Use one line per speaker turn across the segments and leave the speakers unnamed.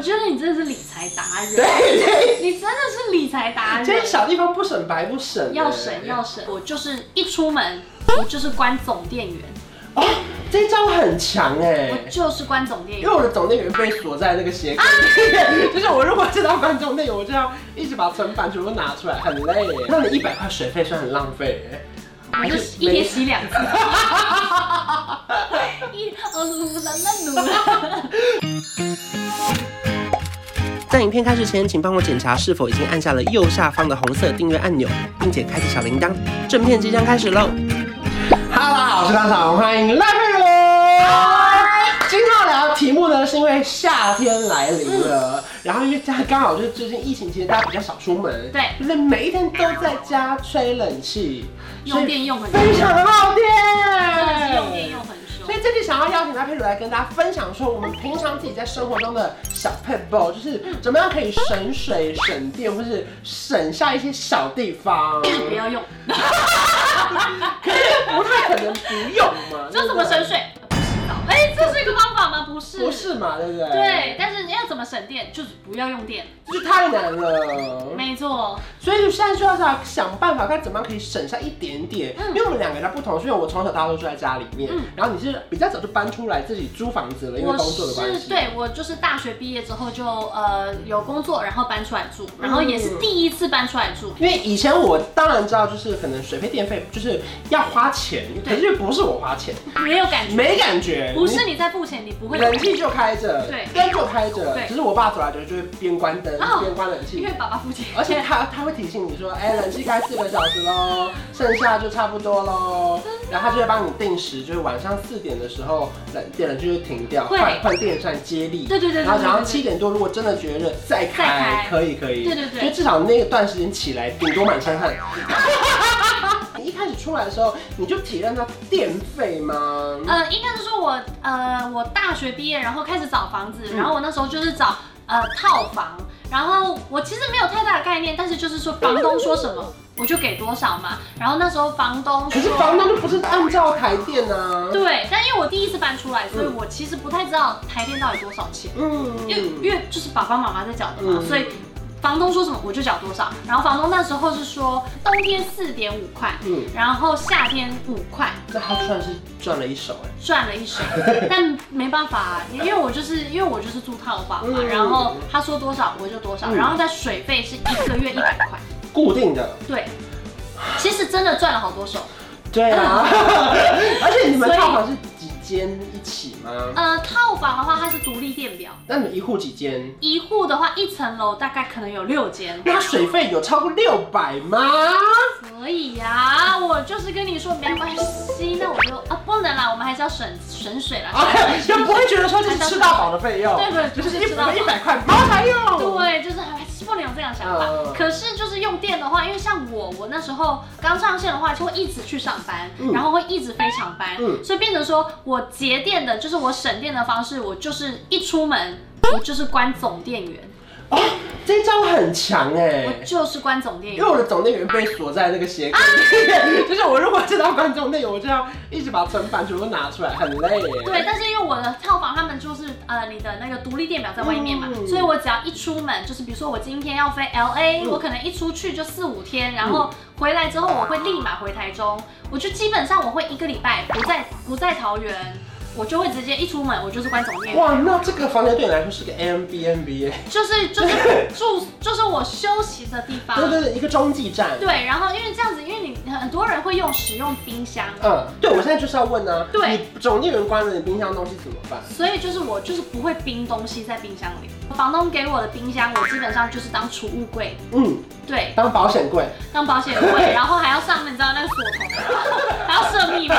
觉得你真的是理财达人，
对对，
你真的是理财达人，
这些小地方不省白不省，
要省要省。我就是一出门，我就是关总电源，
哦，这招很强哎
我。就是关总电
因
源
为。我的总电源被锁在那个鞋柜里
啊
面， 就是我如果知道观众内容，我就要一直把存版全部拿出来，很累耶。那你一百块水费算很浪费耶，
我就是一天洗两次，一哦噜啦啦噜啦，
在影片开始前，请帮我检查是否已经按下了右下方的红色订阅按钮，并且开启小铃铛。正片即将开始喽！Hello，大家好我是大厂，欢迎赖佩如。今天要聊的题目呢，是因为夏天来临了，然后因为家刚好就是最近疫情期间，大家比较少出门，
对
就是每一天都在家吹冷气，
用电用很久，
非
真
常耗电，
的是用电用很凶
所。以这里想要邀请大佩如来跟大家分享说，我们平常自己在生活中的小 p e b l e 就是怎么样可以省水、省电，或是省下一些小地方。
就是不要用，
可是不太可能不用嘛，
这怎么
对
省
不对？
水？不洗澡，哎，这是一个方法吗？不是，
不，是嘛，对不对？
对，，但是你要怎么省电？就是不要用电，
这太难了。
没错，
所以现在就要想想办法，看怎么样可以省下一点点。
嗯
因为我们两个人不同，是因为我从小到大都住在家里面，
嗯
然后你是比较早就搬出来自己租房子了，因为
我
工作的关系。
是对我就是大学毕业之后就呃有工作，然后搬出来住，然后也是第一次搬出来住，
因为以前我当然知道，就是可能水费、电费就是要花钱，可
对
是不是我花钱，
没有感觉，
没感觉，
不是你在付钱，你不
你
会有
冷
感觉，
气就开着，
对
灯就开着，
对
只是我爸走来就就会边关灯
哦
边关冷
因
气
为。爸爸付钱，
而且他他会提醒你说，哎、冷气开四个小时喽，剩下就差不多喽。
啊
然后他就会帮你定时，就是晚上四点的时候，冷电冷气就停掉，
会
换换电扇接力。
对对对对对
然后早上
对对
七点多，如果真的觉得热，
再
再开
开，
可以可以。
对对对
就至少那段时间起来，顶多满 身汗。你一开始出来的时候，你就体认到电费吗？
呃，应该是说我呃，我大学毕业，然后开始找房子，
嗯
然后我那时候就是找呃套房，然后我其实没有太大的概念，但是就是说房东说什么我就给多少嘛，然后那时候房东
可是
说
房东就不是按照台电啊。
对，但因为我第一次搬出来，所以
嗯
我其实不太知道台电到底多少钱，
嗯
因为因为就是爸爸妈妈在缴的嘛，
嗯
所以。房东说什么我就缴多少，然后房东那时候是说冬天四点五块，
嗯，
然后夏天五块，
那他算是赚了一手哎。
赚了一 手，但没办法、啊，因为我就是因为我就是住套房嘛，
嗯
然后他说多少我就多少，
嗯
然后在水费是一个月一百块，
固定的，
对，其实真的赚了好多手，
对啊， 而且你们
所以
套房是几间一起吗？
呃，套房的话它是独立电表，
那你们一户几间？
一户的话一层楼大概可能有六间，
那水费有超过六百吗？
所以呀、我就是跟你说没关系，那我就啊不能啦，我们还是要省省水啦，
啊， 就不会觉得说这是吃到饱的费用，
对对
就是
就是
一
吃到饱
百一百块茅台用。
对，就是还是不能有这样的想法。
嗯
可是就是用电的话，因为像我，我那时候刚上线的话，就会一直去上班，
嗯
然后会一直飞长班，
嗯
所以变成说我节电的，就是我省电的方式，我就是一出门，我就是关总电源，
哦，这招很强哎
我。就是关总电
因
源
为。我的总电源被锁在那个鞋柜里面， 就是我如果知道观众内容，我就要一直把存版全部拿出来，很累耶。
对，但是因为我的套房他们就是呃你的那个独立电表在外面嘛，
嗯
所以我只要一出门，就是比如说我今天要飞 L A，、
嗯
我可能一出去就四五天，然后回来之后我会立马回台中，我就基本上我会一个礼拜不在不在桃园。我就会直接一出门，我就是关总店，
哇，那这个房间对你来说是个 M B N B 耶。
就是就是住，就是我休息的地方。
对对对，一个中继站。
啊对然后因为这样子，因为你很多人会用使用冰箱，
嗯，对，我现在就是要问啊，
对
你总店员关了，你冰箱东西怎么办？
所以就是我就是不会冰东西在冰箱里。房东给我的冰箱，我基本上就是当储物柜，
嗯，
对，
当保险柜。
当保险柜，然后还要上面，你知道那个锁头，还要设密码，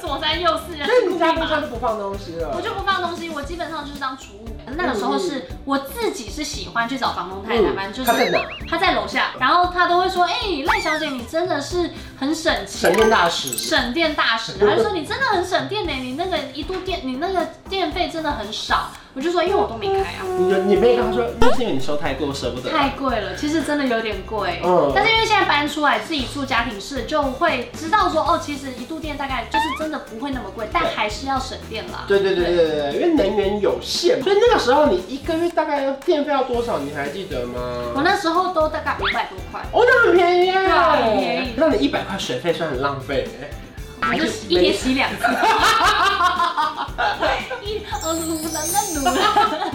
左三右四要
所以
输
你
密
家冰
码
箱。就不放东西
我
了。
就不放东西，我基本上就是当储物。那个时候是我自己是喜欢去找房东太太，
嗯
反正就
他在
是
哪
他在楼下，然后他都会说：“哎、赖小姐，你真的是很省
省
钱。”
电大使。
省电大使，他就说你真的很省电呢，你那个一度电，你那个电费真的很少。我就说因为我都没开啊，
你就你没跟他说，那是因为你收太贵，我舍不得。
太贵了，其实真的有点贵。
嗯
但是因为现在搬出来自己住家庭式，就会知道说哦，其实一度电大概就是真的不会那么贵，但还是要省电啦。
对对对对对对，因为能源有限，所以那个时候你一个月大概电费要多少？你还记得
我
吗？
那时候都大概五百多块，
哦，那很便宜耶
对啊很便宜
那你一百块水费算很浪费耶。
我就一天洗两 次。一哦，努了那努了。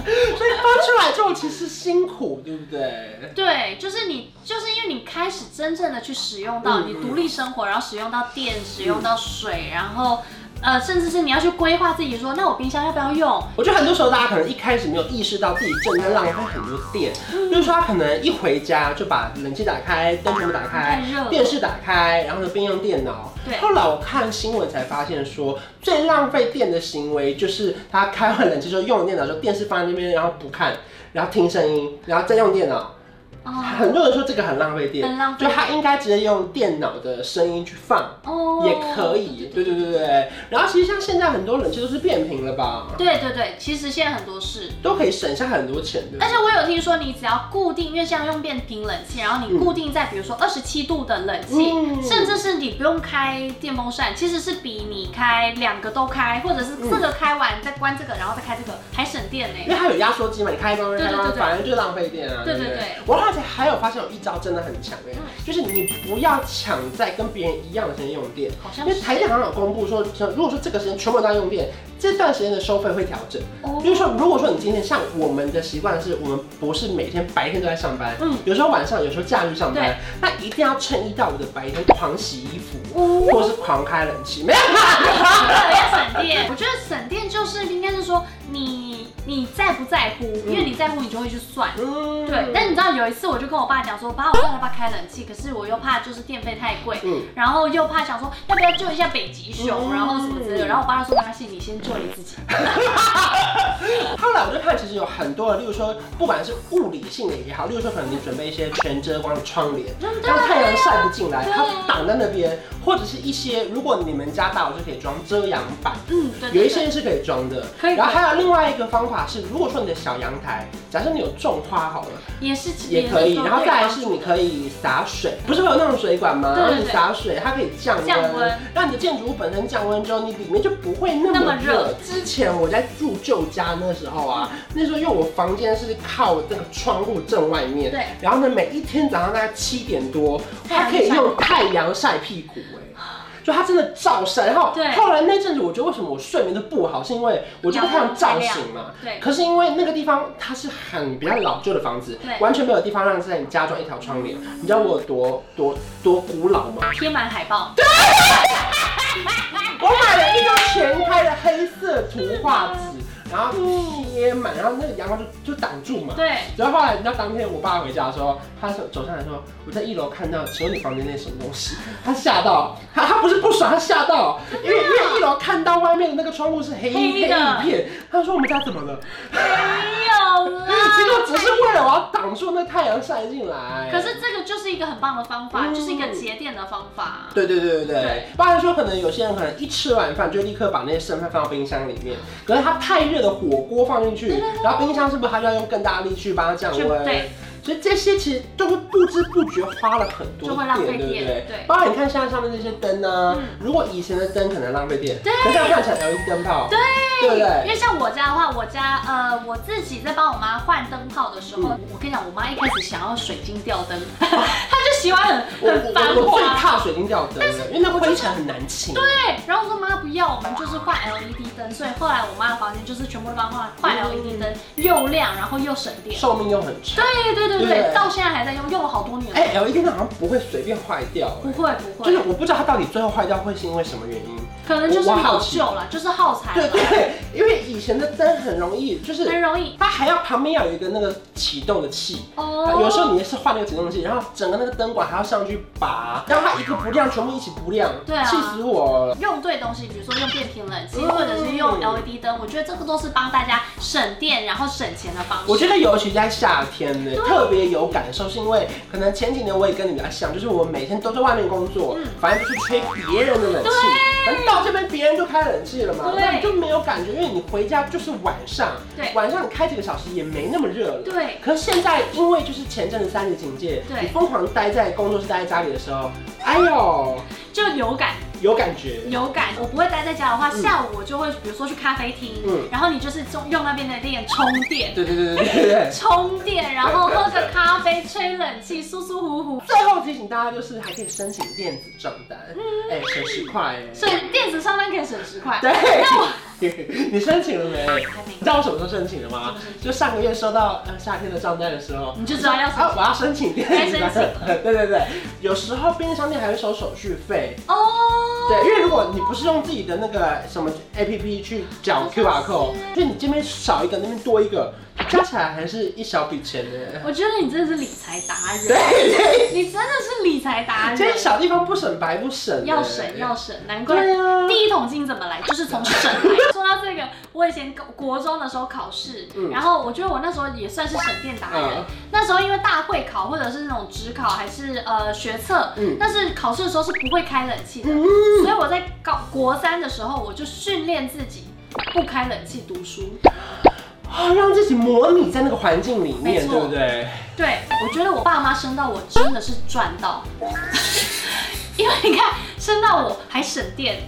所以搬出来之后其实辛苦，对不对？
对，就是你，就是因为你开始真正的去使用到
嗯
你
嗯
独立生活，然后使用到电，使用到水，然后呃，甚至是你要去规划自己说，那我冰箱要不要用？
我觉得很多时候大家可能一开始没有意识到自己正在浪费很多电，
嗯
就是说他可能一回家就把冷气打开、灯全部打
太
开
热了、
电视打开，然后呢边用电脑。
对
后来我看新闻才发现说，最浪费电的行为就是他开完冷气之后用了电脑之后，电视放在那边，然后不看，然后听声音，然后再用电脑。
啊、
很多人说这个很浪费电，
很浪费
就他应该直接用电脑的声音去放。
哦
也可以，对对对对。然后其实像现在很多冷气都是变频了吧，
对对对，其实现在很多事。
都可以省下很多钱，对不对
而且我有听说，你只要固定，因为像用变频冷气，然后你固定在比如说二十七度的冷气，
嗯
甚至是你不用开电风扇，其实是比你开两个都开，或者是
嗯
这个开完再关这个，然后再开这个，还省电
因
呢。
为它有压缩机嘛，你开关
对
开关，
对对
反正就是浪费电啊。
对
不
对对
我后来还有发现有一招真的很强哎
嗯，
就是你不要抢在跟别人一样的时间用电，
好
因
像
为
是
台电好像有公布说，如果说这个时间全部都在用电，这段时间的收费会调整。
哦
就是说，如果说你今天像我们的习惯是，我们不是每天白天都在上班，
嗯
有时候晚上，有时候假日上
对
班，那一定要趁一到五的白天狂洗衣服，或是狂开冷气，没有
对，要省电。我觉得省电就是应该是说你你在不在乎，因为你在乎你就会去算。
嗯
对，但你知道有一次我就跟我爸讲说，爸，我到底要不要开冷气？可是我又怕就是电费太贵，
嗯
然后又怕想说要不要救一下北极熊，
嗯
然后什么之类的。然后我爸就说没关系，你先救你自己。
后来我就看，其实有很多的，例如说，不管是物理性的也好，例如说，可能你准备一些全遮光的窗帘，
嗯对
让
啊
太阳晒不进来，
对啊
它挡在那边，或者是一些，如果你们家大，我是可以装遮阳板。
嗯，对对
有
对
一些是可以装的，
可以
然后还有另外一个方法是，如果说你的小阳台，假设你有种花好了，
也是
也可以。
是
然后再来是
对
你可以洒水，不是会有那种水管吗？
对对
然
对
后你洒水，它可以降
降
温
温，
让你的建筑物本身降温之后，你里面就不会那
那
么
么
热
热。嗯
之前我在住旧家那时候啊，那时候因为我房间是靠这个窗户正外面，
对
然后呢，每一天早上大概七点多，
太阳
它可以
晒啊
用太阳晒屁股、哎。就它真的照晒，然后
对
后来那阵子，我觉得为什么我睡眠都不好，是因为我就被太阳照醒嘛。
对
可是因为那个地方它是很比较老旧的房子，
对
完全没有地方让在你加装一条窗帘。你知道我有多多多古老吗？
贴满海报，
我买了一张全开的黑色图画纸，然后贴满，然后那个阳光就就挡住嘛。
对，
然后后来，你知道当天我爸回家的时候，他走走上来说：“我在一楼看到，请问你房间内什么东西？”他吓到，他他不是不爽，他吓到，因为因为一楼看到外面的那个窗户是黑黑
黑
一
的
片，他说我们家怎么了？
没有
结果只
啦。
是为了我要挡住那太阳晒进来。
可是这个就是一个很棒的方法，
嗯
就是一个节电的方法。
对对对对对
对，
不然说可能有些人可能一吃完饭就立刻把那些剩饭放到冰箱里面，可是他太热的火锅放进去，然后冰箱是不是他就要用更大的力去帮它降
去
温？
对，
所以这些其实都会不知不觉花了很多
就会浪费
电，对不
电
对？
对
包括你看现在上面那些灯呢
嗯，
如果以前的灯可能浪费电，
对
可是现在换成 LED 灯泡，对不
因
对？
为像我家的话，我家呃我自己在帮我妈换灯泡的时候，
嗯
我跟你讲，我妈一开始想要水晶吊灯， 她就喜欢很
我
很繁
我我最
华。
怕水晶吊灯了，因为那灰尘很难清。
对，然后我说妈不要，我们就是换 LED 灯，所以后来我妈的房间就是全部都帮换换
嗯
LED 灯，又亮然后又省电。
寿命又很长。
对对对
对
对，到现在还在用，用了好多年了。
哎、l e d 灯好像不会随便坏掉、哎
不会不
就是
会，
我不知道它到底最后坏掉会是因为什么原因。
可能就是
我好
老
奇
旧了，就是耗材
对
了，
对，因为以前的灯很容易，就是
很容易。
它还要旁边要有一个那个启动的器。
哦
有时候你是换那个启动器，然后整个那个灯管还要上去拔，然后它一个不亮，全部一起不亮，
对啊
气死我了。
用对东西，比如说用变频冷气，
嗯
或者是用 LED 灯，我觉得这个都是帮大家省电然后省钱的方式。
我觉得尤其在夏天呢，
对
特别有感受，是因为可能前几年我也跟你比较像，就是我每天都在外面工作，
嗯
反正就是吹别人的冷气，正到这边别人就开冷气了嘛，
对
那你就没有感觉，因为你回家就是晚上，
对
晚上你开几个小时也没那么热了。
对，
可是现在，因为就是前阵子三级警戒，
对
你疯狂待在工作室、待在家里的时候，哎呦，
就有感
有感觉。
有感。我不会待在家的话，
嗯
下午我就会比如说去咖啡厅，
嗯
然后你就是用用那边的电充电。
对对对对对对。
充电，然后喝个咖啡，吹冷气，舒舒服服。
最后提醒大家，就是还可以申请电子账单，
嗯
哎、省十块哎。
所以电子上单可以省十 块。那我
对， 你申请了没？
还没
你知道我什么时候申请的吗
什么时候？
就上个月收到呃夏天的账单的时候，
你就知道要什
啊，
么
我要申请电子
该
账
哦申
单。 对对对，有时候便利商店还会收手续费。
哦。
对，因为如果你不是用自己的那个什么 A P P 去缴
好像
Q R
是
code，
欸
就你这边少一个，那边多一个，加起来还是一小笔钱 呢。
我觉得你真的是理财达
对
人，
对，
你真的是理财达
这些
人，
小地方不省白不省欸。
要省要省，难怪
对啊。
第一桶金怎么来，就是从省来。说到这个，我以前国中的时候考试，
嗯
然后我觉得我那时候也算是省电达人
嗯。
那时候因为大会考或者是那种职考还是呃学测
嗯，
但是考试的时候是不会开冷气的，所以我在高国三的时候我就训练自己不开冷气读书。
啊，让自己模拟在那个环境里
没
面，
错
对不对？
对，我觉得我爸妈生到我真的是赚到， 因为你看生到我还省电，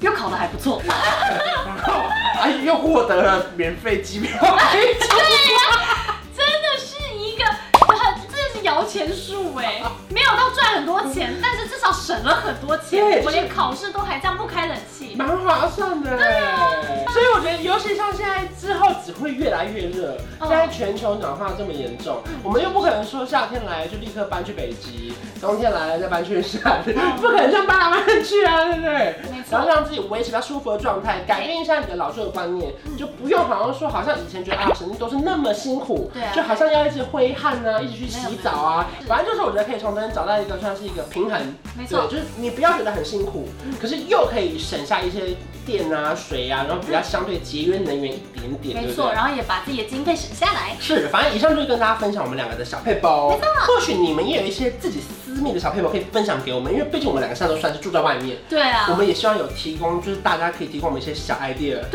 又考得还不错。
然后 哎，又获得了免费机 票。
对呀、真的是一个很，这是摇钱树哎，没有到赚很多钱，但是至少省了很多钱
对。
我连考试都还这样不开冷气。
蛮划算的。
啊
所以我觉得，尤其像现在之后只会越来越热，
嗯
现在全球暖化这么严重，我们又不可能说夏天来就立刻搬去北极，
嗯
冬天来了再搬去夏天， 不可能像搬来搬去啊，对不对？
没错
然后让自己维持到舒服的状态，改变一下你的老旧的观念，
嗯
就不用好像说好像以前觉得啊，神经都是那么辛苦，
对啊
就好像要一直挥汗啊，一直去洗澡啊
没有没有，
反正就是我觉得可以从中间找到一个算是一个平衡，
没错嗯
对就是你不要觉得很辛苦，可是又可以省下一些电啊、水啊，然后比较相对节约能源一点点，对
嗯没
不
错，
对？
然后也把自己的经费省下来。
是，反正以上就是跟大家分享我们两个的小配包。或许你们也有一些自己私密的小配包可以分享给我们，因为毕竟我们两个现在都算是住在外面，
对
我
啊，
们也希望有提供，就是大家可以提供我们一些小 idea，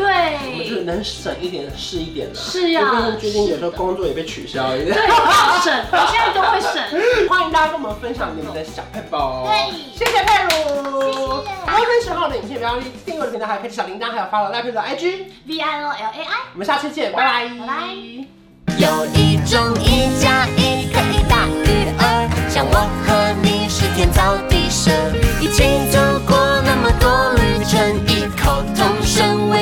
我们就是
对，
能省一点是一点的。
哎是
因为毕
啊
竟，最近有时候工作也被取消，也
对，要省，我现在都会省。
欢迎大家跟我们分享你们的小配包。
对
谢谢佩如。如果你喜欢我们的影片，不要忘记订阅我的频道，还有开启小铃铛，还有 follow 赖佩如的 IG。
V I L L A I。
我们下期 见，拜拜。
拜拜
有一种一加一可以大于二，像我和你是天造地设，一起走过那么多旅程，异口同声为